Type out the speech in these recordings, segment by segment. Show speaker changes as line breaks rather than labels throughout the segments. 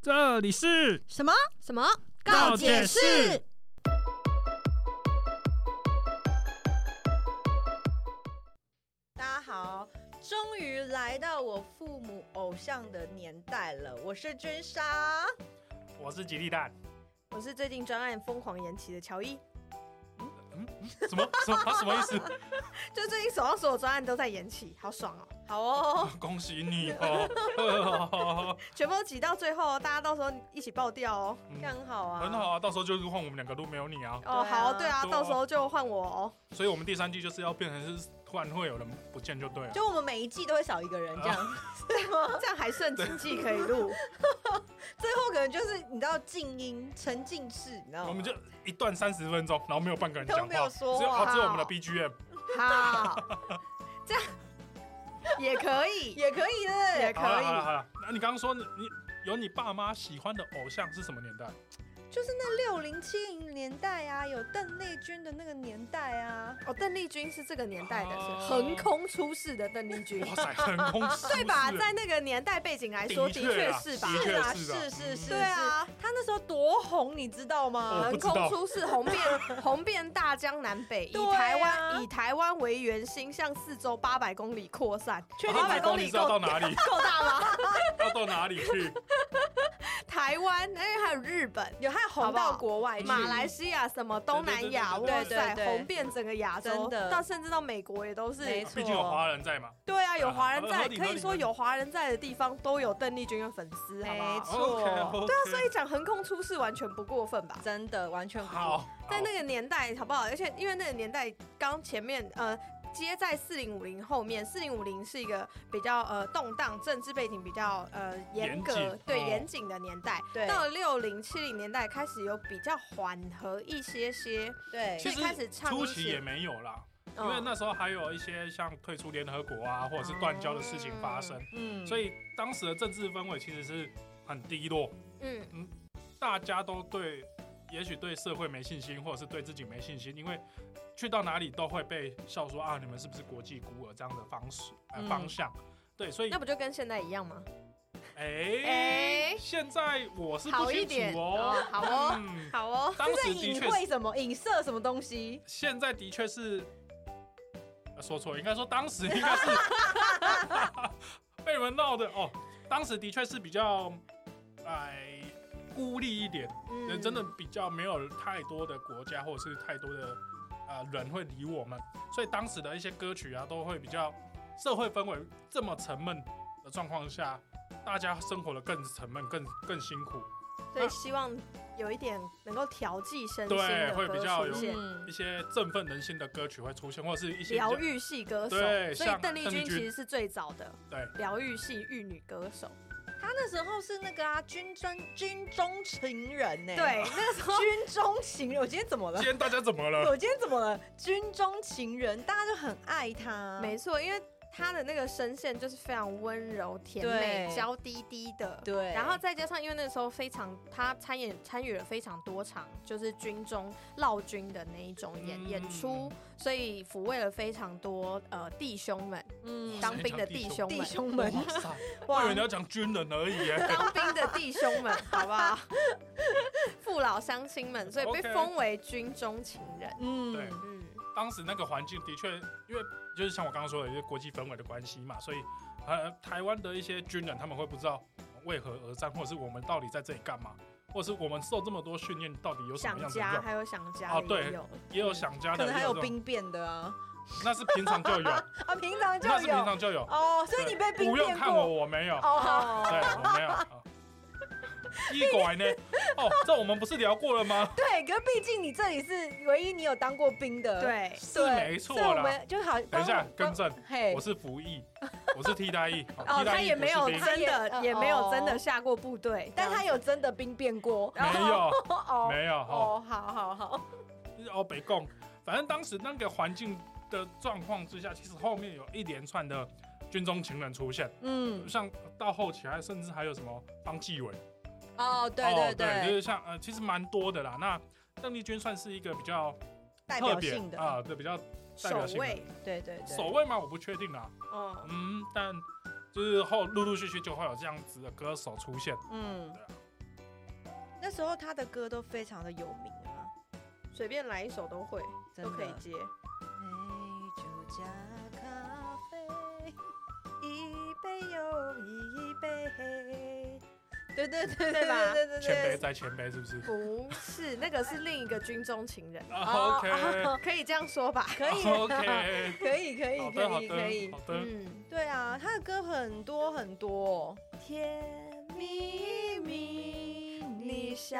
这里是
什么？
什么？
告解室
大家好，终于来到我父母偶像的年代了。我是君莎，
我是吉利蛋。
我是最近专案疯狂延期的乔伊，
什么什么什么意思？
就最近手上所有专案都在延期，好爽哦！
好哦，
恭喜你哦！
全部都挤到最后，大家到时候一起爆掉哦。
嗯
这样很好啊，
很好啊，到时候就是换我们两个都没有你啊，
哦，
对啊
好，对啊，
对啊
到时候就换我哦。
所以我们第三季就是要变成是突然会有人不见就对了。
就我们每一季都会少一个人这样，
啊 这样还剩几季可以录，
最后可能就是你知道静音沉浸式，你知道吗？
我们就一段三十分钟，然后没有半个人
都
讲
没有
话，
说
只有
话
啊只有我们的 BGM。
好，这样也可以，
也可以
也
的，
好了好了
可以。
好了，那你刚刚说你你有你爸妈喜欢的偶像是什么年代？
就是那六零七零年代啊，有邓丽君的那个年代啊，
哦，邓丽君是这个年代的，是
哦
横空出世的邓 丽君
哇，塞，很空虚，
对吧？在那个年代背景来说，的
的
确
确啊
是吧？
的确
啊，
是的
是是是，
对啊，
他那时候多红，你知道
哦我
吗？
不
横
知道
空出世，红遍 红遍大江南北，以
对啊
台湾以台湾为圆心，向四周八百公里扩散。确定
八
八
百
百
公
公
里
里
是要
够
到哪里？
够大吗？
要到哪里去？
台湾，因为还有日本。
有还有
好
红
不好
到国外去，
马来西亚什么东南亚，
对
哇
对对对对
塞，
对对
红遍整个亚洲，
真的
到甚至到美国也都是。
没错
毕竟有华人在嘛。
对啊，有华人
啊合
在，
理
可以说有华人在的地方都有邓丽君跟粉丝，好不
没
好？
错
OK，对啊，所
所以讲横空出世完全不过分吧？
真的完全不
好，
嗯在那个年代好不好？而且因为那个年代刚前面呃。接在四零五零后面，四零五零是一个比较呃动荡、政治背景比较呃严格、
严谨
对
哦
严谨的年代。
对
到了六零七零年代开始有比较缓和一些些，
对
其实
所以开始唱
初
一
期
些
也没有啦，因
嗯
为那时候还有一些像退出联合国啊，或者是断交的事情发生，
嗯
所
以
以当时的政治氛围其实是很低落，
嗯，
大家都对。也许对社会没信心，或者是对自己没信心，因为去到哪里都会被笑说啊，你们是不是国际孤儿这样的方式、呃、
嗯
方向？对，所以
那不就跟现在一样吗？
哎、
哎
现在我是不
好一
清
点
楚哦。
好哦，
嗯，
好哦，
当
在
时的
隐
确是，
晦什么影射什么东西，
现在的确是，呃说错，应该说当时应该 是被人闹的哦。当时的确是比较哎、孤立一点，
嗯
人真的比较没有太多的国家或者是太多的呃人会理我们，所以当时的一些歌曲啊都会比较社会氛围这么沉闷的状况下，大家生活的更沉闷、更更辛苦。
所以希望有一点能够调剂身心
对
的
会
歌
比较
出
有
现。
一些振奋人心的歌曲会出现，或者是一些
疗愈系歌手，
对
所以
像
邓丽
邓丽
君
君
其实是最早的
对
疗愈系玉女歌手。
他那时候是那个啊，军中军中情人呢、
对，，哦那个时候
军中情人，我今天怎么了
今？天大家怎么 了？
我今天怎么了？军中情人，大家就很爱他，
没错，因为她的那个声线就是非常温柔、甜美、
对
娇滴滴的。
对，
然后再加上，因为那时候非常，她参演参与了非常多场，就是军中闹军的那一种演、
嗯
演出，所以抚慰了非常多呃弟兄们，
嗯
当兵的弟兄们，
弟兄们，
哇塞，我以
哇
为你要讲军人而已耶。
当兵的弟兄们，好不好？ 父老乡亲们，所以被
OK
封为军中情人。
嗯
对
嗯，
当时那个环境的确，因为就是像我刚刚说的，因为国际氛围的关系嘛，所以呃，台湾的一些军人他们会不知道为何而战，或者是我们到底在这里干嘛，或者是我们受这么多训练到底有什
想
么样的
家
用？
还有想家
哦
的
对
也有，
也有想家
可
的，
能还
也
有
这种，
兵变的啊，
那是平常就有，
啊，平常就
那是平
有
常就有，
哦，所以你被兵
不用
变
看我，
过
我没有。
哦，
对，我没有。好一拐呢？哦，这我们不是聊过了吗？
对，可是毕竟你这里是唯一你有当过兵的，
对
对，
是没错
所以我
啦。
们就好，
等一下
帮我
更，正，
帮嘿
我，是服役，我是替代役。哦
哦，
替代
他
役
也没有
不是兵
他
真
也
的，
呃
也没有
哦
真的下过部队，
但他
有
有真的兵变 过，
没有，
哦，
没有。哦，
哦，好好好，
哦，北贡，反正当时那个环境的状况之下，其实后面有一连串的军中情人出现，
嗯，
像到后期还甚至还有什么方继伟。
哦，对
哦
对
对，就是像呃，其实蛮多的啦。那邓丽君算是一个比较
代
特
表
别
性的，
啊，对，比较代
守
表性的
卫，
对对对，
首位吗？我不确定啦。嗯
哦，
嗯，但就是后陆陆续续就会有这样子的歌手出现。
嗯，那时候他的歌都非常的有名啊，
随便来一首都会，
真
都
的
可以接。
美酒加咖啡，一杯又一杯。对对对对
对吧
对对
前辈
对
在前辈是不是
不是，那个是另一个军中情人，
啊？OK 哦
哦
可以这样说吧？
可以啊，
OK，
可以可以
好的好
可以可
的
以
好。的，
嗯，
对啊，他的歌很多很多。甜蜜蜜，你笑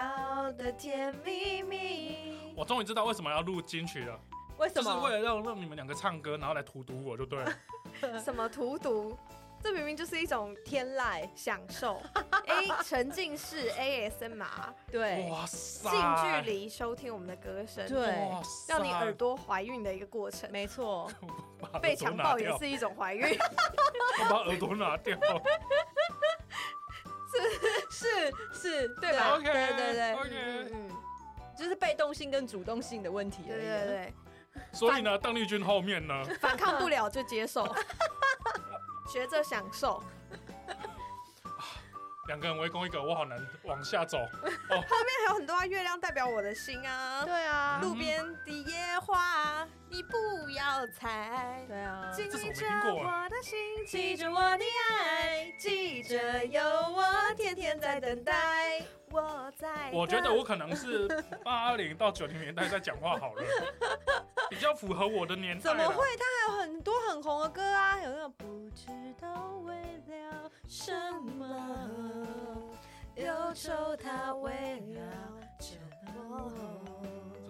得甜蜜蜜。
我终于知道为什么要录金曲了，
为
就
什
是
么？
为了让让你们两个唱歌，然后来荼毒我就对了。
嗯什么荼毒？这明明就是一种
天籁。
享受 ，A 沉浸式 ASMR，
对，
哇塞，
近距离收听我们的歌声，
对
哇塞，
让你耳朵怀孕的一个过程。
没错。
把
被
耳朵
强
拿
暴也
掉，
是一种怀孕，
把耳朵拿掉。
是是， 对啊
对
对
吧
对对
OK，
嗯，嗯
就是被动性跟主动性的问题而
对
已。
对对，
所以呢，邓丽君后面呢，
对反抗不了就接受， 学着享受。
两个人围攻一个，我好难往下走。
还有很多啊，月亮代表我的心啊，
对啊
嗯
路边的野花你不要采，
对啊
记
这首我没
着
听过啊
我的心，
记
记
着我的爱，记着有我，天天在等待。
我在。
我 觉得我可能是八零到九零年代在讲话好 了，比较符合我的年代
怎
了。
么会？他还有很多很红的歌啊，有那种不知道为了什么，忧愁它围绕着我。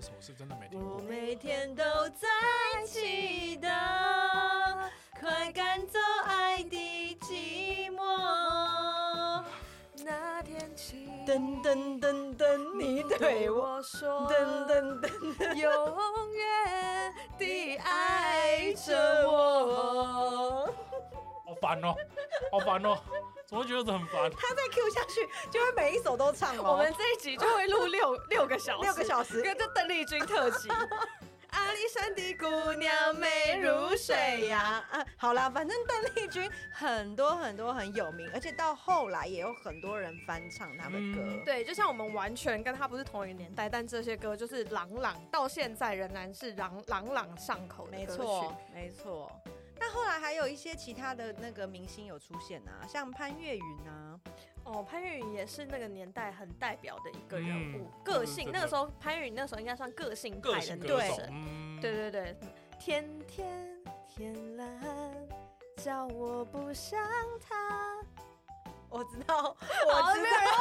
这首是真的没听
我
过。
每天都在祈祷，快赶走爱的寂寞。
那天起，
噔噔噔噔，你对我
我说，
噔噔噔
永远
地
的
爱
爱
着
着我。
我。
好烦哦，好烦哦，怎么会觉得很烦？
他再 Q 下去，就会每一首都唱了。
我们这一集就会录六六个小时，
六个小时
跟这邓丽君特辑。阿里山的姑娘美如水呀、
呀、啊！好啦，反正邓丽君很多很多很有名，而且到后来也有很多人翻唱她的歌。
嗯
对，就像我们完全跟他不是同一个年代，但这些歌就是朗朗到现在仍然是朗朗朗上口的
没
歌曲。
错，没错。但后来还有一些其他的那个明星有出现啊，像潘越云啊，
哦，潘越云也是那个年代很代表的一个人物，
嗯
个
嗯
性。
真的
那个时候潘越云那时候应该算个性
个
派的
性
女
歌手
生，。
嗯，
对对对，嗯天天天蓝，叫我不想他。 哦
我知道，
我
我知
知
道，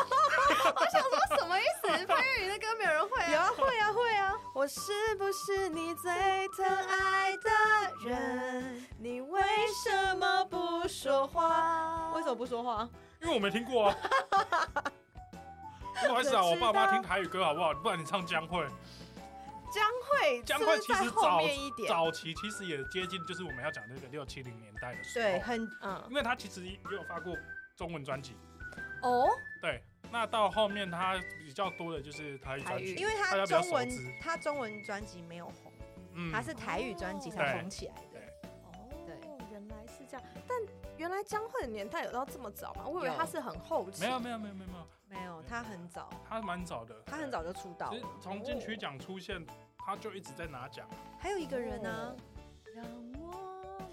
道， 我想说什么意思？潘越云的歌没有人会
有
啊。
啊，会啊，会啊。
我是不是你最疼爱的人？
人
你为什么不说话？
为什么？不说话？
因为我没听过 啊。不好意思啊，我爸妈听台语歌好不好？不然你唱江蕙，
江蕙，
江蕙其
在
实
后
早
面一点。
早期其实也接近，就是我们要讲那个六七零年代的时候。
对，很
嗯，
因为他其实也有发过中文专辑，
哦，
对。那到后面他比较多的就是台语专
台语
辑，
因为
大
他
家比较熟
中
知
文他中文专辑没有红，
嗯
他是台语专辑才红起来的。
哦，原来是这样。但原来江蕙的年代有到这么早吗？我以为
有
她是很后期。
没有没有没有没有没有，
没有，他很早，
他蛮早的，
他很早哦就出道
其实
了。
从金曲奖出现，他就一直在拿奖。
还有一个人啊呢、
让我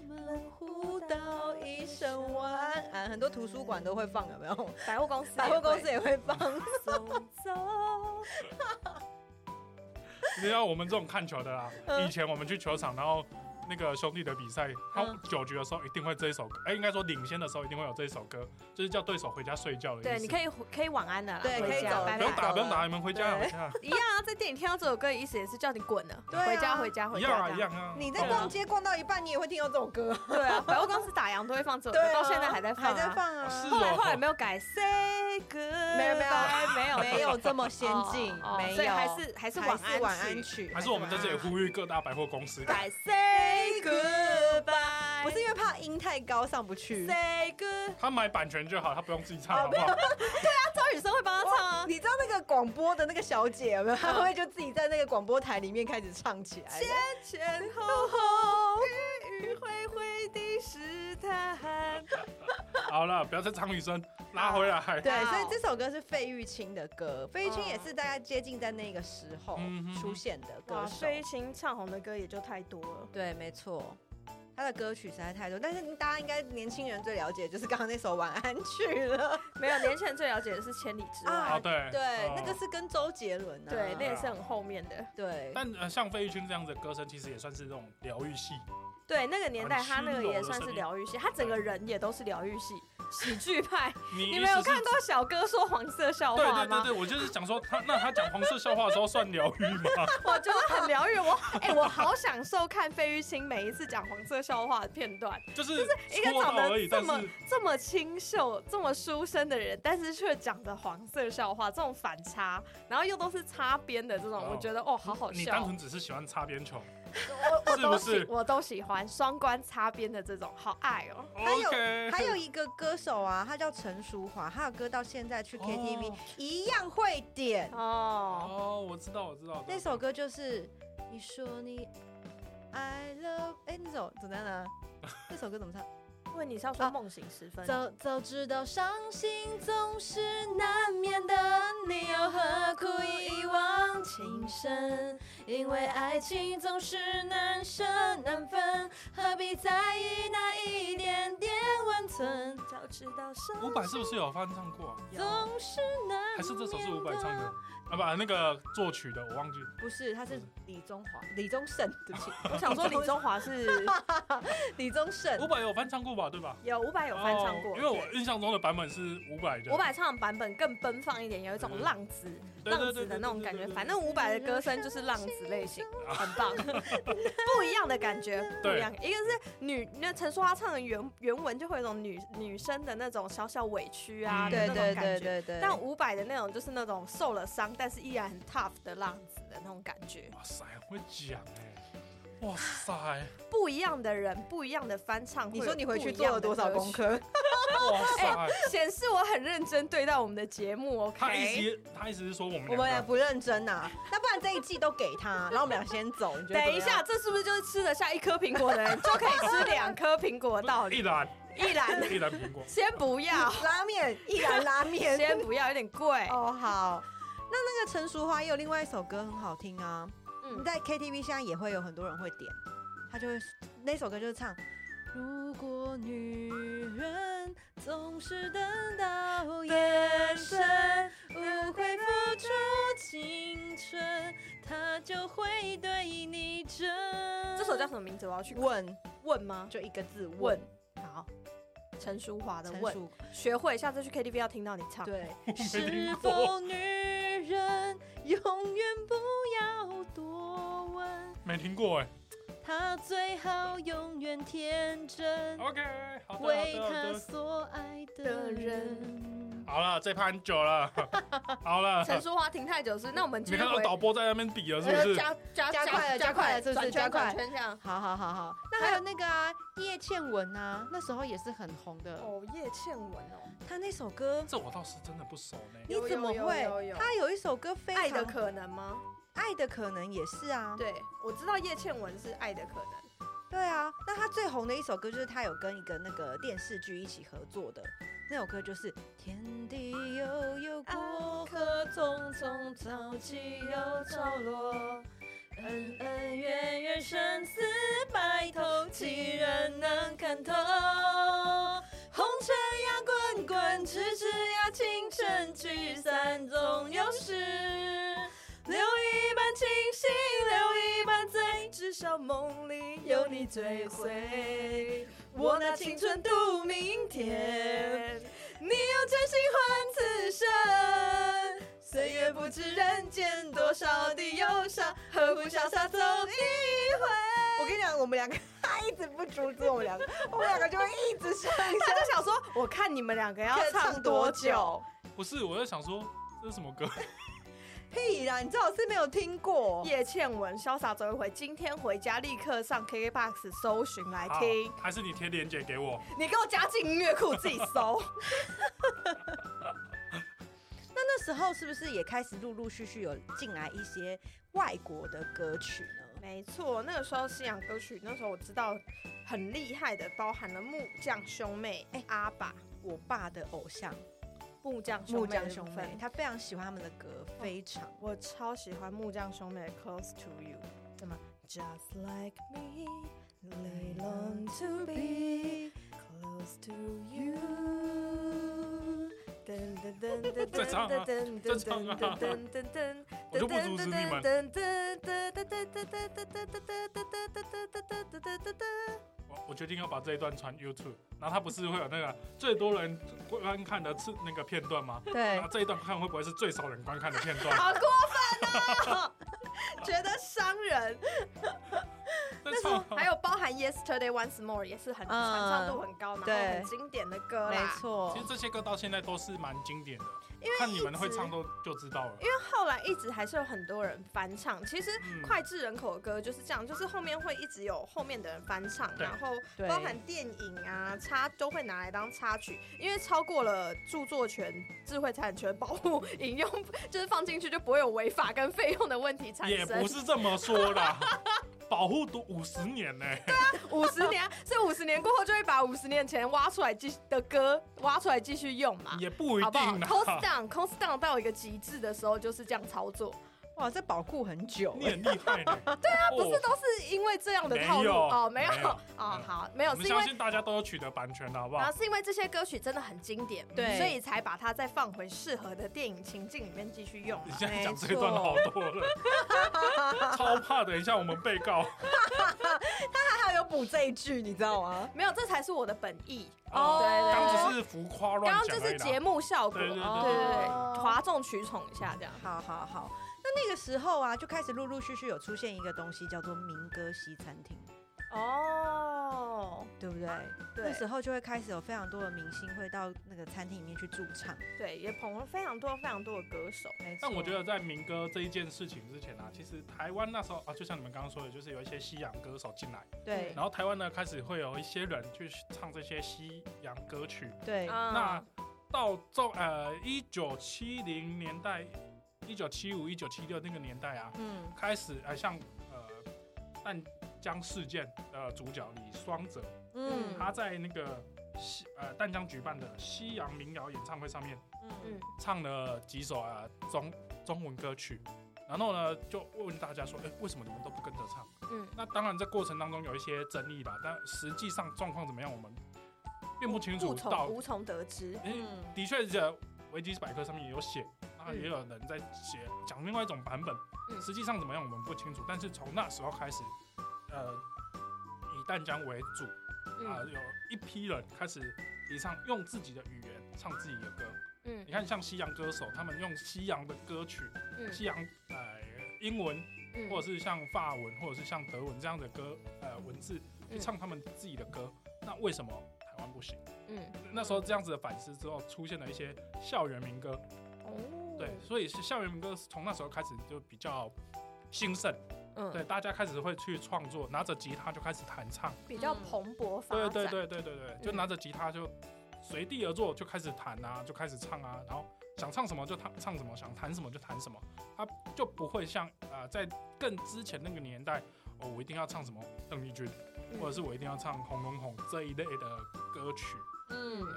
啊，呼到一声晚安，啊很多图书馆都会放，有没 有？
百货公司，
百货公司也会放。
送走。
你知道我们这种看球的啦，
嗯
以前我们去球场，然后那个兄弟的比赛，他
嗯
九局的时候一定会这一首歌，哎，应该说领先的时候一定会有这一首歌，就是叫对手回家睡觉的意思。
对，你可
以
以可以晚安了啦，
对
回
可以
家
走了
拜
不用
拜。
打，
走
不用
了
打，你们回家哎
对
回家，
一样啊，在电影听到这首歌的意思也是叫你滚了，
对啊
回家回家回
一
家。
样啊
这
一样啊。
你在
对啊
逛街逛到一半，你也会听到这首歌，
对啊，百货公司打烊都会放这首歌，
对啊
到现在还在放啊，
还在放
哦是
啊。
后来后来没有改 Say Good，
没有没有
没有
没有这么先进
哦哦，
没有，
所以还是还是晚
还
安
晚安
曲
曲，
还是我们在这里呼吁各大百货公司，
改 Say Goodbye，
不是因为怕音太高上不去。
Say Good，
他买版权就好，他不用自己唱，
哦
好不好？
赵雨生会帮他唱啊。
你知道那个广播的那个小姐有没有？她会就自己在那个广播台里面开始唱起来的。
前后后，迂迂回回的试探，
好了，不要再唱雨声，拉回来。
对，
好
所以这首歌是费玉清的歌，费玉清也是大概接近在那个时候
嗯哼
出现的歌
哇，
手。
飞行唱红的歌也就太多了。
对，没错，他的歌曲实在太多，但是大家应该年轻人最了解就是刚刚那首《晚安曲》了。
没有，年轻人最了解的是《千里之 外》
啊
哦，对
对，
哦
那个是跟周杰伦啊，
对，那也是很后面的。
对，
但呃，像费玉清这样子的歌声，其实也算是那种疗愈系。
对，那个年代
很
他那个
虚荣
也
的
算是
声音
疗愈系，他整个人也都是疗愈 系，喜剧派。
你
你
意
们有
思是
看过小哥说黄色笑
对
话
对对
吗？
对，我就是想说他，那他讲黄色笑话的时候算疗愈 吗？
我觉得很疗愈，我哎、我好享受看费玉清每一次讲黄色笑话的片段，
就是
一个
戳
长
到而
得
已，
这
但
么
是
这么清秀、这么书生的人，但是却讲着黄色笑话，这种反差，然后又都是擦边的这种，
哦
我觉得哦，好好
你单
笑，
纯只是喜欢擦边球。
呃
是不
我都喜
是
我都喜欢双关擦边的这种，好爱哦。
还有
OK，
还有一个歌手啊，他叫陈淑华，他的歌到现在去 KTV、
哦
一样会点。
哦，
哦，我知道，我知道。我知道
那首歌就是你说你 I love，哎、那首怎么 样呢？那首歌怎么唱？
因为你是要说梦醒时分，
早早知道伤心总是难免的，你又何苦一往情深？因为爱情总是难舍难分，何必在意那一点点温存？
早知道
伍佰是不是有翻唱过啊？
总是难免的
还是这首是伍佰唱的？啊，不，那个作曲的我忘记。
不是，他
嗯
是李宗华、李宗盛，对不起，
我想说李宗华是
李宗盛
伍。佰有翻唱过吧？对吧？
有伍佰呃有翻唱过，
哦因为我印象中的版本是伍佰的。
伍佰唱的版本更奔放一点，有一
嗯
种浪子
对
浪
对
子
对
的那种感觉。反
正
正伍佰的歌声就是浪子类型，很 棒，不一样的感觉，不
对
一样。一个是女，那陈淑桦唱的原原文就会有一种女女生的那种小小委屈
嗯
啊，那
对
种
对
感
对
觉。
对对，
但伍佰的那种就是那种受了伤，但是依然很 tough 的浪子的那种感觉，
哇塞，很会讲哎！哇塞，
不一样的人，不一样的翻唱。
你说你回去做了多少功？课？
哇 塞，
显示我很认真对待我们的节目，OK？
他意思他意思是说我们
我们俩
两个
不认真呐、那不然这一季都给他，然后我们俩先走。你觉得
等一下，这是不是就是吃得下一颗苹果的人就可以吃两颗苹果的道
一
理？
篮
一然，，
一篮苹果
先不
怎么
要
样，拉面，一然拉面。
先不要，有点贵。
哦，好。那那个陈淑桦也有另外一首歌很好听啊，你
嗯，
在 KTV 现在也会有很多人会点，他就会那首歌就是唱。如果女人总是等到夜深，无悔付出青春，她就会对你真。
这首叫什么名字？我要去
问，
问吗？
就一个字
问
问。好，
陈淑桦的
陈
问，
淑
学会下次去 KTV 要听到你唱。
对，
听
是
过
否女人永远不要多问？
没听过哎。
她最好永远天真，
OK，好的好
为
的好
她
的，
所爱的人。
好了，这盘久 了，好了，
陈呃淑桦停太久是，那我们继
你
续
看到
回。
导播在那边比了是不是？
加加
加快了加快了是不是
转圈
加快
转圈这样。
好好好好，那还有那个啊，叶倩文啊，那时候也是很红的。
哦，叶倩文哦，
她那首歌
这我倒是真的不熟呢。
你
有
怎么
有有有
会
有？
她有一首歌非
《
常
爱的可能》吗？
爱的可能也是啊，
对，我知道叶倩文是《爱的可能》。
对啊，那他最红的一首歌就是他有跟一个那个电视剧一起合作的，那首歌就是《天地悠悠过客匆匆，潮起又潮落，恩恩怨怨生死白头，岂人能看透？红尘呀滚滚，痴痴呀情尘聚散总有时。
留一半清醒，留一半醉，至少梦里有你追悔。我拿青春赌明天，你用真心换此生。岁月不知人间多少的忧伤，何不潇洒走一回？
我跟你讲，我们两个他一直不阻止我们两个，我们两个就会一直上一
他就想说，我看你们两个要唱多久？
不是，我在想说这是什么歌？
屁啦！你最好是没有听过。
叶倩文《潇洒走一回》，今天回家立刻上 KKBOX 搜寻来
好
听。
还是你贴链接给我？
你给我加进音乐库自己搜。
那那时候是不是也开始陆陆续续有进来一些外国的歌曲呢？
没错，那个时候西洋歌曲，那时候我知道很厉害的，包含了木匠兄妹、哎阿爸、
我爸的偶像
木匠
木
妹
匠
的
兄
部
妹
分，，
他非常喜欢他们的歌，非常。
我超喜欢木匠兄妹的 Close to You，怎么 Just like me, they long to be close to you。噔噔噔噔噔
在唱啊
噔
在唱啊
噔噔噔噔，
我就不阻止你们
噔噔噔噔噔噔噔噔噔噔噔噔噔
我我决定要把这一段传 YouTube，然后它不是会有那个最多人观看的次那个片段吗？
对
那，这一段看会不会是最少人观看的片段？
好过分哦！觉得伤人。
但
那
是
时候还有包含 Yesterday Once More 也是很
嗯
传唱度很高，然后
对
很经典的歌
没
啦。
错
其实，这些歌到现在都是蛮经典的，
因为
看你们
一
会
直
唱都就知道了。
后来一直还是有很多人翻唱，其实
嗯
脍炙人口的歌就是这样，就是后面会一直有后面的人翻唱，
对
然后
对
包含电影啊插都会拿来当插曲，因为超过了著作权、智慧财产权保护，引用就是放进去就不会有违法跟费用的问题产
也
生
不。是这么说啦，保护都五十年呢、
五十年，所以五十年过后就会把五十年前挖出来继的歌挖出来继续用嘛。
也不一
好不好
定
？cost
啦。
down cost down 到一个极致的时候就是这样操作，
哇，这保护很久
你
欸，
很厉害 呢、对啊，
不是都是因为这样的套
没
路
有
哦？没有
没有
哦
嗯，
好，没
我
有
们
是因为
相。信大家都有取得版权的好不
然
好
后？是因为这些歌曲真的很经典，
对
所以才把它再放回适合的电影情境里面继续用啊
你
嘛。
现在讲
没
这一段
错
好多了，超怕等一下我们被告。
他还有补这一句，你知道吗？
没有，这才是我的本意。
哦
对对
刚
对
只是浮夸
刚
乱
刚
讲
就
而已
是
啦。
节目效果，
对对对
对对对
哦
哗众取宠一下这样。
好好好，那那个时候啊，就开始陆陆续续有出现一个东西，叫做民歌西餐厅，
哦，
对啊不对？那
对
时候就会开始有非常多的明星会到那个餐厅里面去驻唱。
对，也捧了非常多非常多的歌手。
没错
但我觉得在民歌这一件事情之前啊，其实台湾那时候啊，就像你们刚刚说的，就是有一些西洋歌手进来，
对
然后台湾呢开始会有一些人去唱这些西洋歌曲。
对，
那
那
到中呃一九七零年代，一九七五、一九七六那个年代啊，
嗯，
开始呃像呃淡江事件的主角李双泽，
嗯
他在那个西呃淡江举办的西洋民谣演唱会上面。
嗯
嗯，
唱了几首啊中中文歌曲，然后呢就问大家说，哎、为什么你们都不跟着唱？
嗯，
那当然这过程当中有一些争议啦，但实际上状况怎么样，我们并不清楚
无
到
从。无从得知。
哎、
嗯
的确是维基百科上面也有写，那也有人在写讲另外一种版本，
嗯
实际上怎么样我们不清楚，但是从那时候开始，呃，以淡江为主啊、
嗯
有一批人开始提倡用自己的语言唱自己的歌。
嗯
你看，像西洋歌手，他们用西洋的歌曲，
嗯
西洋呃英文，
嗯
或者是像法文，或者是像德文这样的歌呃文字去
嗯
唱他们自己的歌，那为什么台湾不行？
嗯
那时候这样子的反思之后，出现了一些校园民歌，
哦
对，所以是校园民歌从那时候开始就比较兴盛，
嗯
对，大家开始会去创作，拿着吉他就开始弹唱，
比较
嗯
蓬勃发
对
展。
对对对对对，就
嗯
拿着吉他就随地而坐，就开始弹啊，就开始唱啊，然后想唱什么就唱唱什么，想弹什么就弹什么，他就不会像啊、呃在更之前那个年代，哦，我一定要唱什么邓丽君，
嗯
或者是我一定要唱《红红红》这一类的歌曲。
嗯
对，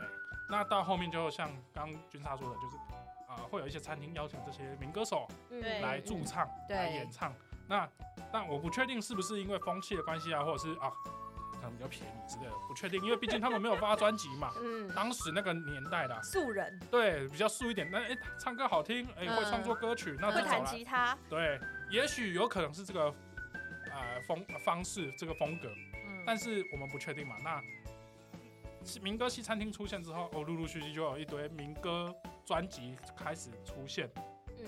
那到后面就像刚刚君莎说的，就是啊、呃会有一些餐厅邀请这些民歌手
嗯。
对
来驻唱、
对
来演唱。那但我不确定是不是因为风气的关系啊，或者是啊，可能比较便宜之类的，不确定，因为毕竟他们没有发专辑嘛
嗯
当时那个年代的啊，
素人
对，比较素一点。那哎、唱歌好听，哎、
嗯
会创作歌曲，那就
会
找
弹
来。
吉他，
对，也许有可能是这个呃风方式，这个风格，
嗯
但是我们不确定嘛。那西民歌西餐厅出现之后，哦，陆陆续续就有一堆民歌专辑开始出现。
嗯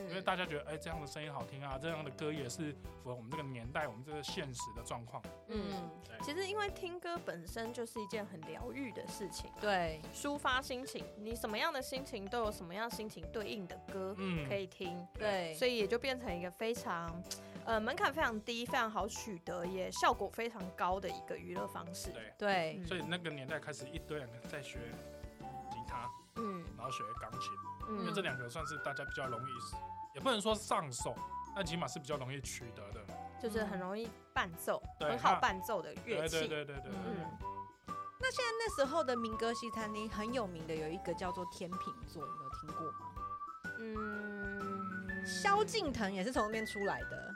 因为大家觉得，哎、这样的声音好听啊，这样的歌也是符合我们这个年代、我们这个现实的状况。
嗯。其实，因为听歌本身就是一件很疗愈的事情，
对，
抒发心情。你什么样的心情都有什么样心情对应的歌
嗯，
可以听，
对
所以也就变成一个非常，呃，门槛非常低、非常好取得，也效果非常高的一个娱乐方式。
对。
对
嗯
所以那个年代开始，一堆人在学吉他，
嗯
然后学钢琴，因为
嗯
这两个算是大家比较容易，也不能说上手，但起码是比较容易取得的。
嗯就是很容易伴奏，
对
很好伴奏的乐
对
器。
对对对对对。
嗯
嗯，
那现在那时候的民歌西餐厅很有名的有一个叫做天秤座，你有听过吗？
嗯，
萧敬腾也是从那边出来的，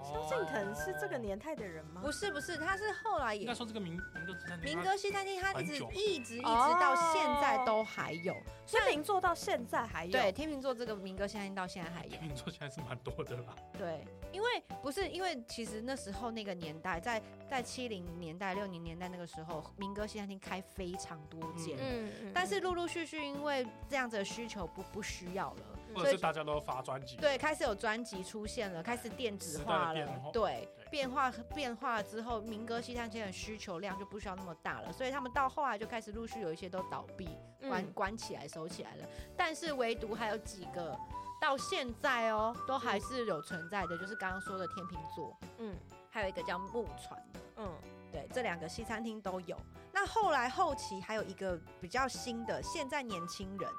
哦
萧敬腾是这个年啊代的人吗？
不是不是，他是后来
应该
也
说这个民民歌之餐厅
民
它
歌西餐厅，他一直
很久
一直一直到现在都还有。
天秤座到现在还有
对，，天秤座这个民歌西餐厅到现在还有
天。秤座现在是蛮多的啦。
对，因为不是因为其实那时候那个年代，在在七零年代、六零年代那个时候，民歌西餐厅开非常多间，
嗯
嗯
但是陆陆续续因为这样子的需求不不需要了，
或者是大家都发专辑，
对，开始有专辑出现了，开始电子
时代的
化
变
了
化，
对
对，
变化变化之后，民歌西餐厅的需求量就不需要那么大了，所以他们到后来就开始陆续有一些都倒闭，
嗯
关、关起来、收起来了。但是唯独还有几个到现在哦，都还是有存在的，就是刚刚说的天秤座，
嗯
还有一个叫木船的，
嗯
对，这两个西餐厅都有。那后来后期还有一个比较新的，现在年轻人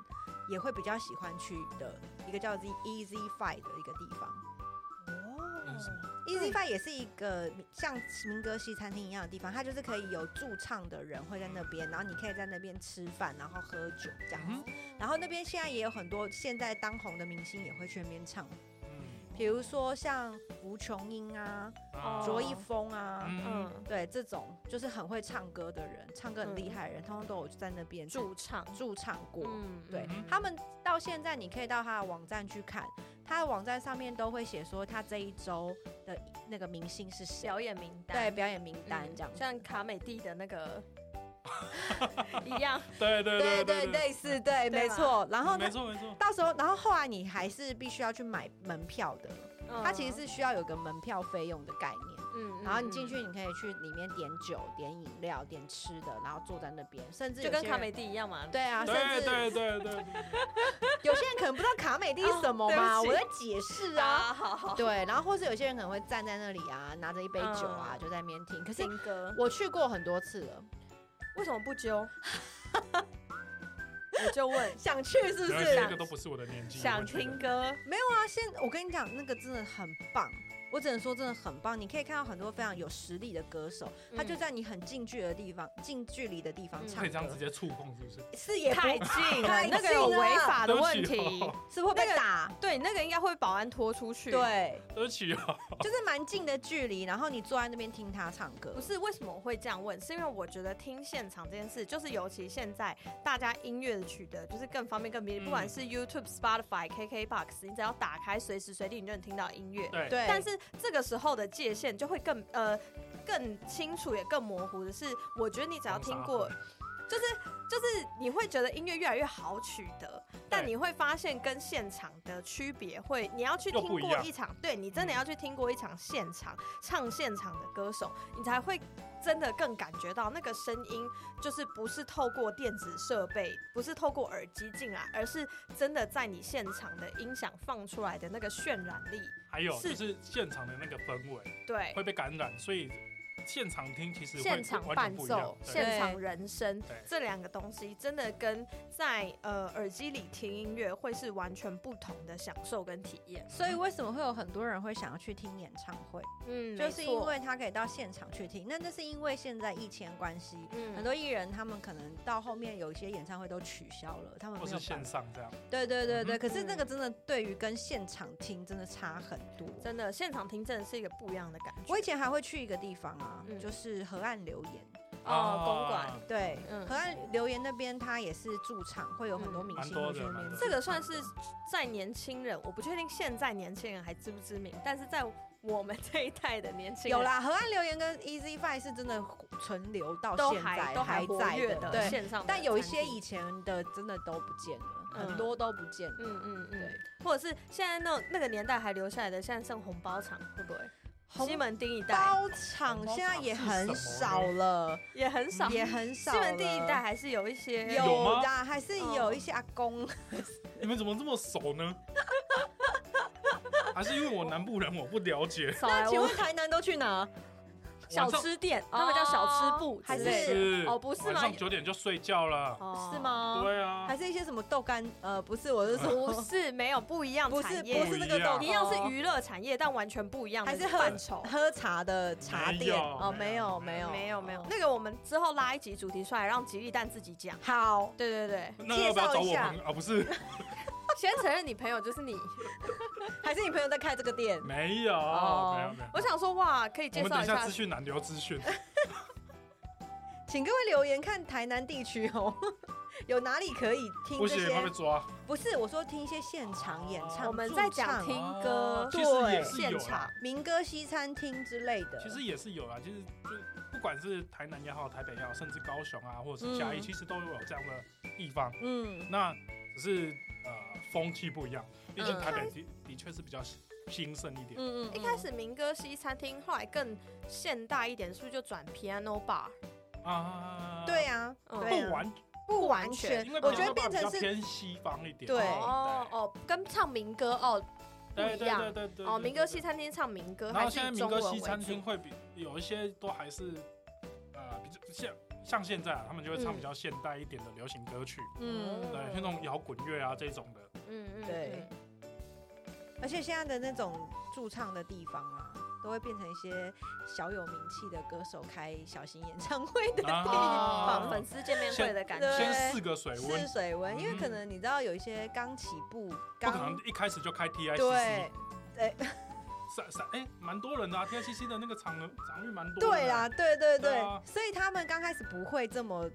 也会比较喜欢去的一个叫 Z Easy Five 的一个地方。
那是什么？
Easy Five 也是一个像民歌西餐厅一样的地方，它就是可以有驻唱的人会在那边，然后你可以在那边吃饭，然后喝酒这样子。然后那边现在也有很多现在当红的明星也会去那边唱，
嗯，
比如说像吴琼英啊、
啊
卓一峰啊，
嗯，
嗯，
对这种就是很会唱歌的人，唱歌很厉害的人，通通都有在那边
驻唱，
驻唱过。
嗯
对
嗯嗯
他们到现在，你可以到他的网站去看，他的网站上面都会写说他这一周的那个明星是谁，
表演名
对
单，
表演名
嗯
单这样子。
像卡美蒂的 那个一样，
对对
对对，
对，
类似对，
对
没
吧
错。然后
没
呢，
错没错，
到时候，然后后来你还是必须要去买门票的，它
嗯
其实是需要有个门票费用的概念。
嗯
然后你进去，，你可以去里面点酒、点饮料、点吃的，然后坐在那边，甚至
嗯就
有
跟
些
卡
人
美蒂一样嘛，
对啊，甚
对对
至
对对，
有些人可能不知道卡美蒂是什么嘛，
哦对
我
不
在
起
解释啊。
啊，好 好，
对，然后或是有些人可能会站在那里啊，拿着一杯酒啊，
嗯
就在那边听。可是
新歌
我去过很多次了，
为什么不 揪？我就问，
想去是不
原来
是
这？个都不是我的年纪，
想
我觉得
听歌，
没有啊，现我跟你讲，那个真的很棒。我只能说真的很棒，你可以看到很多非常有实力的歌手，他就
嗯
在你很近距离的地方、近距离的地方
嗯
唱
可以这样
歌
直，接触碰，是不是？
是也不
太近了
太，
那个
近
有
了
违法的
对不
问
起
题
哦。
是会被
那个
打，
对，那个应该会保安拖出去。，
对，
对不起哦，
就是蛮近的距离，然后你坐在那边听他唱歌，
不是为什么我会这样问，是因为我觉得听现场这件事，就是尤其现在大家音乐的取得就是更方便、更便
嗯
利，不管是 YouTube、Spotify、KKBox，你只要打开，随时随地你就能听到音乐。
对，
对，
但是这个时候的界限就会更呃更清楚，也更模糊的是，我觉得你只要听过，就是就是你会觉得音乐越来越好取得，但你会发现跟现场的区别会，你要去听
又不一
过
样
一场，对你真的要去听过一场现场唱现场的歌手，你才会。真的更感觉到那个声音，就是不是透过电子设备，不是透过耳机进来，而是真的在你现场的音响放出来的那个渲染力，
还有
是
就是现场的那个氛围
对，
会被感染，所以现场听其实会
现场
完全
伴
不一样
奏、
对
现场人声
对
这两个东西，真的跟在呃耳机里听音乐会是完全不同的享受跟体验。
所以为什么会有很多人会想要去听演唱会，
嗯
就是因为他可以到现场去听。那那是因为现在疫情的关系，
嗯
很多艺人他们可能到后面有一些演唱会都取消了，他们
或
没
是
有办
线
法。
上这样，
对对对对，
嗯
可是那个真的对于跟现场听真的差很多。
真的现场听真的是一个不一样的感觉。
我以前还会去一个地方啊，
嗯
就是河岸留言。
哦，公馆
啊
对，
嗯
河岸留言那边它也是驻场，会有很多
嗯
明星
蛮多
会去
的
那
蛮
边驻
多的
唱。
这个算是在年轻人，我不确定现在年轻人还知不知名，但是在我们这一代的年轻人
有啦，河岸留言跟 Easy Five 是真的存留到
都
现在
还都还活
在
跃
的，
的
对。
线上的餐厅，
但有一些以前的真的都不见了，
嗯
很多都不见了。
嗯嗯嗯
对，，
或者是现在那种那个年代还留下来的，现在剩红包厂会不会？西
红
门町一带
包场现在也很少了，
也很少，
也很
西
少了。
门第一代还是有一些
有
有
吗
的，还是有一些阿公。
你们怎么这么熟呢？ 还是因为我南部人我不了解，
少来
请
我
问台南都去哪？
小
晚上
吃店，他们叫小吃部
还
之
是
类的，
是
哦不是
晚
吗
上九点就睡觉了。
哦
是？吗？
对啊
还，是一些什么豆干？呃，不是，我是 说
不是没有不一样
不
产
是
业，
不是那个豆
不
干，
一样是娱乐产业，但完全不一样的
还是喝
范畴。
喝茶的茶
没
店
有
哦，没有没有
没有没有
哦，
那个我们之后拉一集主题出来，让吉利蛋自己讲。
好，
对对对，
那要不要
介绍
找
一
我
下
朋友啊？不 是，
先承认你朋友就是你。
还是你朋友在开这个店？
没有，
哦
没有，没有。
我想说哇，可以
我
介
们等一
绍一
下
下
资。讯栏留资讯。
请各位留言看台南地区哦， 有哪里可以听
不
这
行，会被
些？
抓。
不是，我说听一些现场演唱，
哦我们
驻
在讲
唱
听歌
哦其实也是有
现
啦
场，
民歌西餐厅之类的。
其实也是有啦，就是就不管是台南也好，台北也好，甚至高雄啊，或者是嘉义，
嗯
其实都有这样的地方。
嗯，
那只是呃风气不一样，毕竟
嗯
台北的的确是比较兴盛一点。
嗯嗯，
一开始民歌西餐厅，后来更现代一点，是不是就转 piano bar？
啊，
嗯对啊，
嗯
对
不
啊
完，
不
完
完
全
全
因为，
我觉
Piano
得
Bar
变
比较
成是
偏西方一点。
对
哦哦，跟唱民歌哦不
对
一
对
样
对对对
哦，民歌西
餐，
餐厅唱民歌，
然
还
后
是
现在
以
民
中
歌
文
西
为
餐厅
主。
会比有一些都还是呃比较像像现在啊，他们就会
嗯
唱比较现代一点的流行歌曲，
嗯，
对，像那种摇滚乐啊这种的。
嗯嗯，
对而且现在的那种驻唱的地方啊，都会变成一些小有名气的歌手开小型演唱会的地
嗯
方
啊，
哦，粉丝见面会的感
对
觉。
先试个水
试
温，
水温，因为可
嗯
能你知道有一些刚起步，
不可能
刚
一开始就开 TICC。
对
三三哎，蛮多人的啊，TICC 的那个场场域蛮多。
对啦，，对
对
对对
啊，
所以他们刚开始不会这么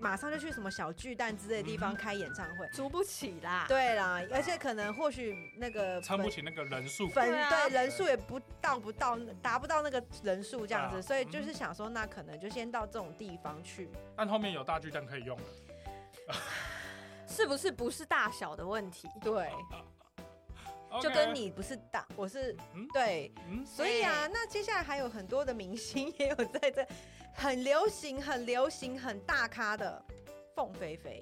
马上就去什么小巨蛋之类的地方
嗯
开演唱会，
租不起啦。
对啦，而且可能或许那个
撑不
粉
起那个人数。
粉
对啊
对人数也不到不到达不到那个人数这样子，
啊
所以就是想说，那可能就先到这种地方去。
但后面有大巨蛋可以用了。
是不是不是大小的问题？
对，就
OK
跟你不是大，我是
嗯
对，
嗯，
所以啊，那接下来还有很多的明星也有在这很流行、很流行、很大咖的凤飞飞。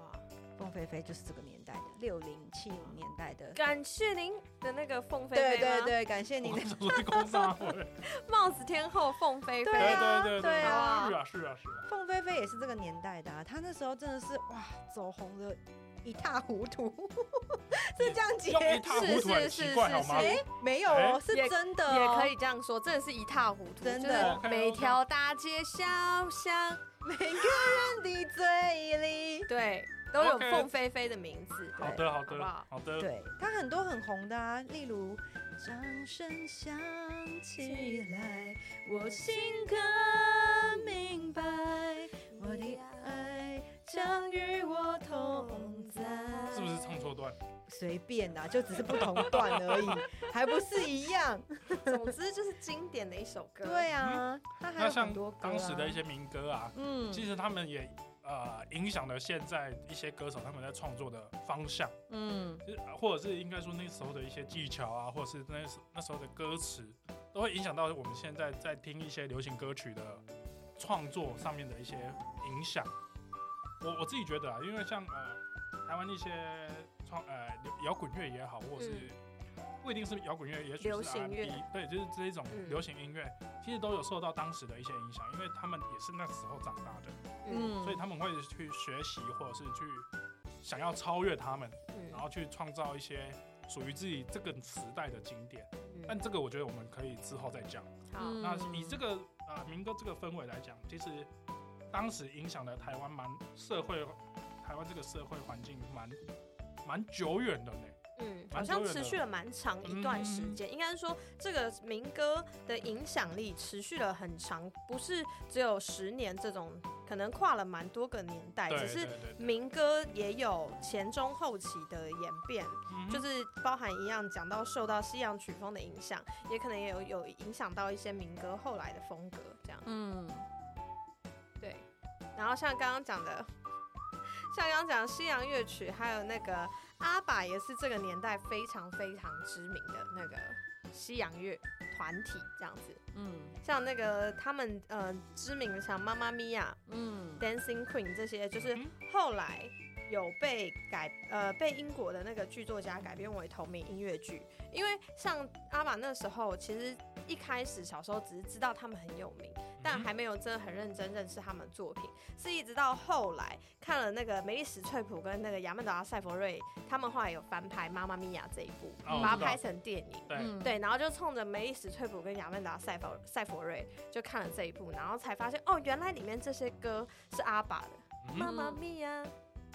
哇
凤飞飞就是这个年代的六零七零年代的，
感谢您的那个凤飞飞
对对
吗
对，感谢你
我
的
跟你说工商 会。
帽子天后凤飞飞，
对
对
啊
对
对
啊
是啊是啊是啊。
凤飞飞也是这个年代的、啊，她那时候真的是哇，走红的一塌糊涂， 是这样
用一
解
塌糊涂很
是是
奇怪好
是
吗？
是
没有哦，
哎
是真的、
也
哦，
可以这样说，真的是一塌糊涂，
真的
就是
OK，OK
每条大街小巷，
每个人的嘴里。
对，都有
OK
凤飞飞的名字。
好的好
好不
的
好
好的，
对，她很多很红的啊，例如掌声响起来，我心更明白，我的爱将与我同在。
是不是唱错段？
随便啦、就只是不同段 而已，还不是一样？
总之就是经典的一首歌。
对
嗯
啊，她还
那
有
像
很多歌、啊。
当时的一些民歌啊，
嗯
其实他们也呃影响了现在一些歌手他们在创作的方向，
嗯，
就是呃或者是应该说那时候的一些技巧啊，或者是那时那时候的歌词，都会影响到我们现在在听一些流行歌曲的创作上面的一些影响。我我自己觉得啊，因为像呃台湾一些创呃摇滚乐也好，或者是、不一定是摇滚乐，也许
嗯流
是
行
R&B，
乐
对，就是这一种
嗯
流行音乐，其实都有受到当时的一些影响，因为他们也是那时候长大的。
嗯
所以他们会去学习，或者是去想要超越他们，
嗯
然后去创造一些属于自己这个时代的经典。但
嗯，
这个我觉得我们可以之后再讲。
好，
嗯
那以这个啊、呃民歌这个氛围来讲，其实当时影响了台湾蛮社会，台湾这个社会环境蛮蛮久远的呢。
嗯，好
蛮
像
久远
持
的嗯
续了蛮长一段时间。应该说，这个民歌的影响力持续了很长，不是只有十年这种，可能跨了蛮多个年代。
对
哎只
对
是
对，
民歌也有前中后期的演变，
嗯
就。是包含一样讲到受到西洋曲风的影响，也可能也有有影响到一些民歌后来的风格这样。
嗯，
对，然后像刚刚讲的，像刚刚讲的西洋乐曲，还有那个阿爸也是这个年代非常非常知名的那个西洋乐团体这样子。
嗯
像那个他们呃知名的像妈妈咪呀、
嗯，
Dancing Queen 这些，就是
嗯
后来有被改呃被英国的那个剧作家改编为同名音乐剧，因为像阿玛那时候，其实一开始小时候只是知道他们很有名，
嗯
但还没有真的很认真认识他们的作品，是一直到后来看了那个梅丽史翠普跟那个亚曼达塞佛瑞，他们后来有翻拍《妈妈咪呀》这一部，
哦
把它
我知道
拍成电影。
对，
嗯，
对，然后就冲着梅丽史翠普跟亚曼达塞佛塞佛瑞就看了这一部，然后才发现哦，原来里面这些歌是阿爸的。
嗯哼
Mamma mia,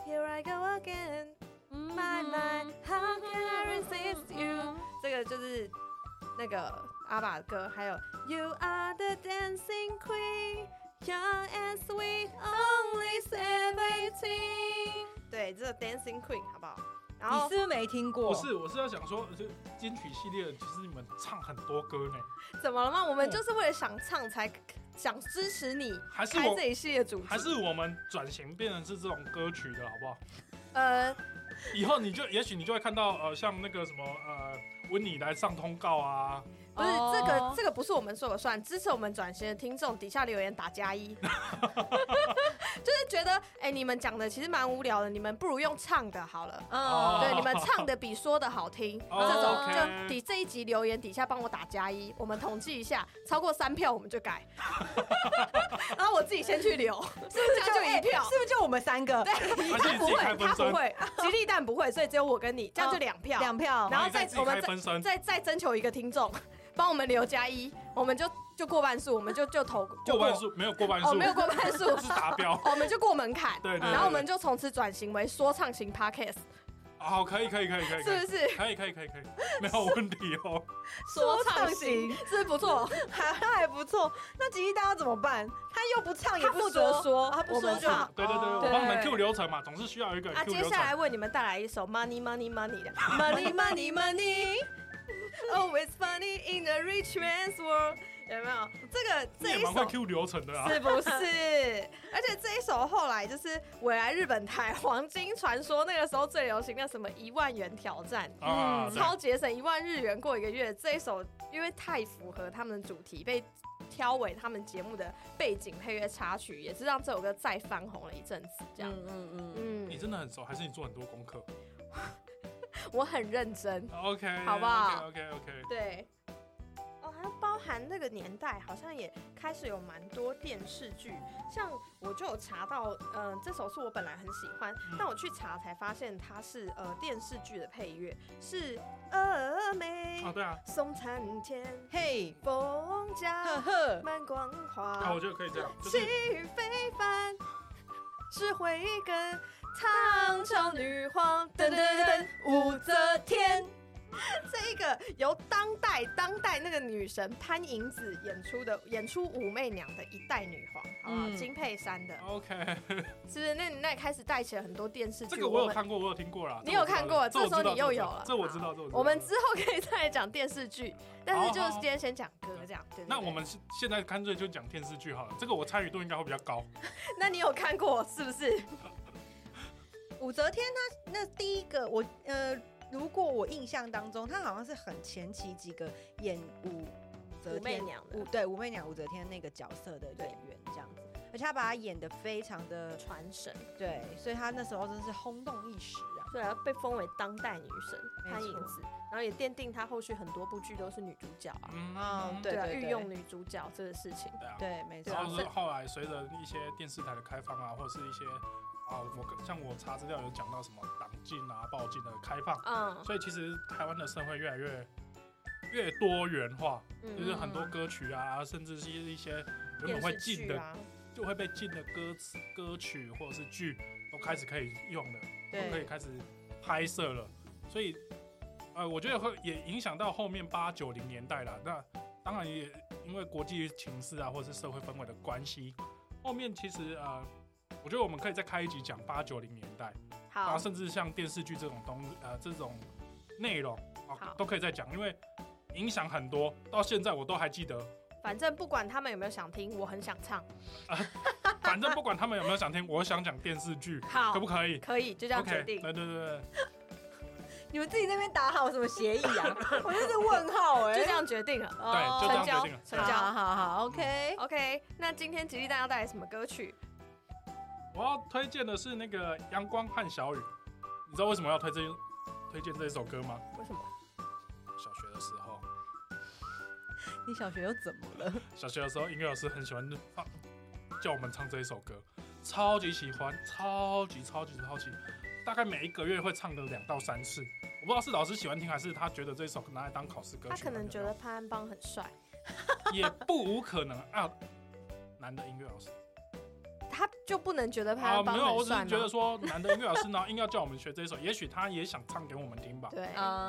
here I go again,
嗯
my mind, how can I resist you？这个就是那个阿爸的歌，还有 You are the dancing queen, young and sweet, only seventeen。对，这个 dancing queen 好不好？然
你
后
是不是没听过？
不是，我是要想说，这金曲系列其实你们唱很多歌呢，
怎么了吗？我们就是为了想唱才想支持你
还是
开
我
这一系列主题，
还是我们转型变成是这种歌曲的好不好？
呃
以后你就也许你就会看到呃，像那个什么呃，温妮来上通告啊，
不是、
哦
这个这个不是我们说了算，支持我们转型的听众底下留言打加 一，就是觉得哎、你们讲的其实蛮无聊的，你们不如用唱的好了。
嗯
哦
对，你们唱的比说的好听，
哦
这种
OK
就底这一集留言底下帮我打加一，我们统计一下，超过三票我们 就改，然后我自己先去留，
是不是
这样就一票
哎是不是就我们三个？
而且
他
你
不
自己
会
开，
他
分
不
身，
会，吉利蛋不会，所以只有我跟你，这样就两
哦
票，
两票
然后
你再
再
自己
我们
开分身，
再再征求一个听众，帮我们留加一，我们就就过半数，我们就就投就
过半，数没有过半数，
哦，没有过半数，
是达标。
我们就过门槛，
对对对
然后我们就从此转型为说唱型 podcast，
好，可以可以可以可以，可
是
以
不是？
可以可以可以可以，没有问题 哦。
说唱型
是不是不 错？
还 还不错。那吉利大要怎么办？他又不唱，也
他
不
负责
说，他
我
不
们
说就好。
对对对，
哦
我帮你们
对
Q 流程嘛，总是需要一个
啊，
Q
接
流
下来
程。
为你们带来一首 Money Money Money 的
Money money money，
Always Funny in the Rich Man's World，有没有？这个
你
这
也
一
蛮会
首
Q 流程的啊。
是不 是？而且这一首后来就是未来日本台黄金传说，那个时候最流行的什么一万元挑战。
啊，对
嗯超节省一万日元过一个月，这一首因为太符合他们的主题，被挑为他们节目的背景配乐插曲，也是让这首歌再翻红了一阵子。这样，
嗯嗯
嗯，
你真的很熟，还是你做很多功课
我很认真，
？OK，
好不好
？OK OK，
对。哦，还包含那个年代，好像也开始有蛮多电视剧，像我就有查到，嗯、这首是我本来很喜欢，但我去查才发现它是呃电视剧的配乐，是峨眉、
啊，对啊，
松残天、
嘿，
风
呵
家、
呵，
满光
啊，
华
我，觉得可以这样，就是
气宇非 凡，是慧根，唐朝女皇，
噔
噔
噔
噔
噔
噔，
武则天，
这一个由当代当代那个女神潘迎紫演出的演出武媚娘的一代女皇，好不好？
嗯
金佩珊的，
OK。
是不是？那你那也开始带起了很多电视剧。
这个我有
们
看过，我有听过啦。
你
这我
有
知道
看过
这我知道
这时候你又有了
这我知道，这我知道。
我们
这
之后可以再来讲电视剧，但是
好
就是
好
今天先讲歌这样。对对
那
对
我们现现在干脆就讲电视剧好了，这个我参与度应该会比较高。
那你有看过是不是？
武则天她那第一个我呃，如果我印象当中，她好像是很前期几个演武则
武媚
天。
娘
武
的
对武媚娘、武则天那个角色的演员这样子，而且她把她演的非常的
传神，
对，所以她那时候真是轰动一时啊。
对啊，被封为当代女神
没
潘迎
错
紫，然后也奠定她后续很多部剧都是女主角啊，
嗯
哦对
啊，御用女主角这个事情。
对啊。
对，没错
然，后是
是
后来随着一些电视台的开放啊，或者是一些啊，我跟像我查资料有讲到什么党禁啊、报禁的开放，
嗯
所以其实台湾的社会越来越越多元化，就是
嗯，
很多歌曲啊，甚至是一些原本会禁的，
啊，
就会被禁的歌词、歌曲或者是剧，都开始可以用了。都可以
对，
开始拍摄了，所以呃，我觉得会也影响到后面八九零年代啦。那当然也因为国际情势啊，或者是社会氛围的关系，后面其实呃，我觉得我们可以再开一集讲八九零年代，然
好
后，甚至像电视剧这种东呃这种内容啊
好，
都可以再讲，因为影响很多，到现在我都还记得。
反正不管他们有没有想听，我很想唱。
反正不管他们有没有想听，我想讲电视剧，
好
可不，可以？
可以，就这样
OK，
决
对
定。
对对对，
你们自己那边打好什么协议 啊？我就是问号哎，
就这样决定了，
哦
对就这
成
样决
交
定了，
成交。
好好 OK。
OK，那今天吉利蛋要带来什么歌曲？
我要推荐的是那个《阳光和小雨》，你知道为什么要推荐推荐这首歌吗？
为什么？
小学的时候，
你小学又怎么了？
小学的时候音乐老师很喜欢放叫我们唱这一首歌，超级喜欢，超级超级超级，大概每一个月会唱个两到三次。我不知道是老师喜欢听，还是他觉得这首拿来当考试歌
他
曲。
可能觉得潘安邦很帅，
也不无可能啊。男的音乐老师
他就不能觉得潘安
啊，没
邦
有，我
很
只
帅
是觉得
吗？
说男的音乐老师，然后硬要叫我们学这一首，也许他也想唱给我们听吧。
对，
啊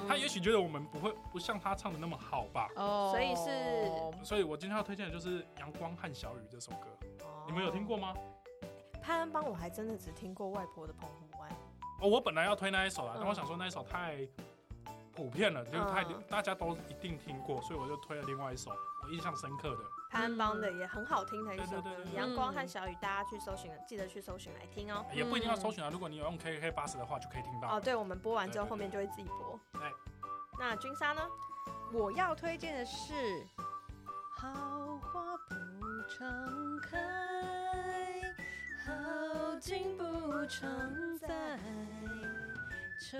对，他也许觉得我们不会不像他唱的那么好吧。
哦
所以是
所以我今天要推荐的就是《阳光和小雨》这首歌，你们有听过吗？
潘安邦？我还真的只听过外婆的澎湖湾。
哦，我本来要推那一首啦，
嗯
但我想说那一首太普遍了，就是太、
嗯
大家都一定听过，所以我就推了另外一首我印象深刻的。
潘安邦的也很好听的一首歌
对对对对
《阳光和小雨》，大家去搜寻，啊记得去搜寻来听哦。
也不一定要搜寻啊，如果你有用 KK b u 的话，就可以听到。
哦，对，我们播完之后
对对对
后面就会自己播。
对，
那君莎呢？
我要推荐的是《好花不常开，好景不常在，愁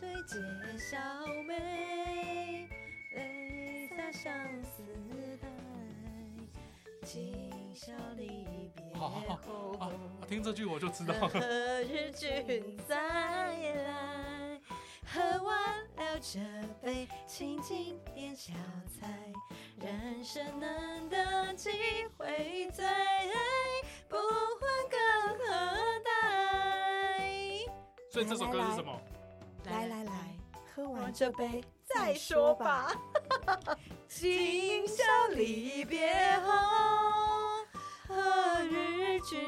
对解笑眉，泪洒相思带，今宵离别
好好
后。
啊听这句我就知 道了。
何日君再来？喝完了这杯，请进点小菜。人生难得几回醉，不欢更何待？
所以这首歌是什么？
来来来，喝完这杯再说
说
吧。，今宵离别后，何日君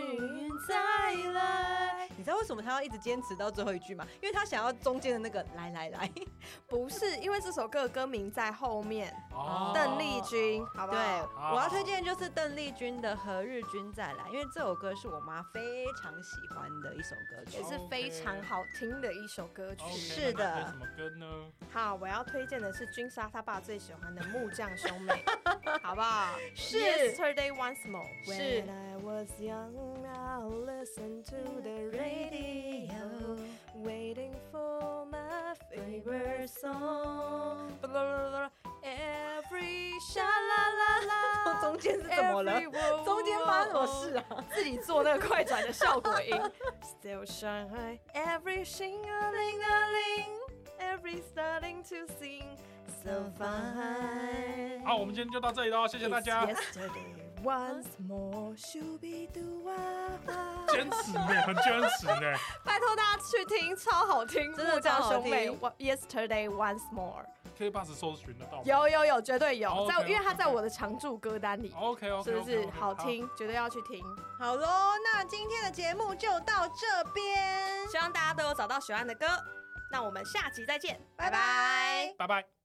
再来？
你知道为什么他要一直坚持到最后一句吗？因为他想要中间的那个来来来。
不是，因为这首歌的歌名在后面，
哦，
邓丽君，好不
对
好？，
好
我要推荐的就是邓丽君的《何日君再来》，因为这首歌是我妈非常喜欢的一首歌曲
也。是非常好听的一首歌曲。
OK，
是
那
的
推什么歌呢？
哦
好，我要推荐的是君莎她爸最喜欢的木匠兄妹，好不好？
是
Yesterday Once More。
是
When I was young, I listened to the radio, waiting for my favorite song. Blah, blah, blah, blah. Every sha la la la.
中间是怎么了？
Every
中间发生什么事
word
啊？
哦自己做那个快转的效果音。Still Shanghai, every sing a ling a ling, every starting to sing so fine.
好，我们今天就到这里喽，谢谢大
It's
家。
Yesterday once more, shooby doo wah wah.
坚持呢，很坚持呢。
拜托大家去听，超好听，
真的
木匠
超好
兄妹
听
Wa- Yesterday Once More。
K b u 搜寻得到吗？
有有有，绝对有，
OK，
在因为它
OK
在我的常驻歌单里，
OK OK，
是不是好？听？绝对要去听。
好喽，那今天的节目就到这边，
希望大家都有找到喜欢的歌，那我们下集再见，
拜拜。
拜拜。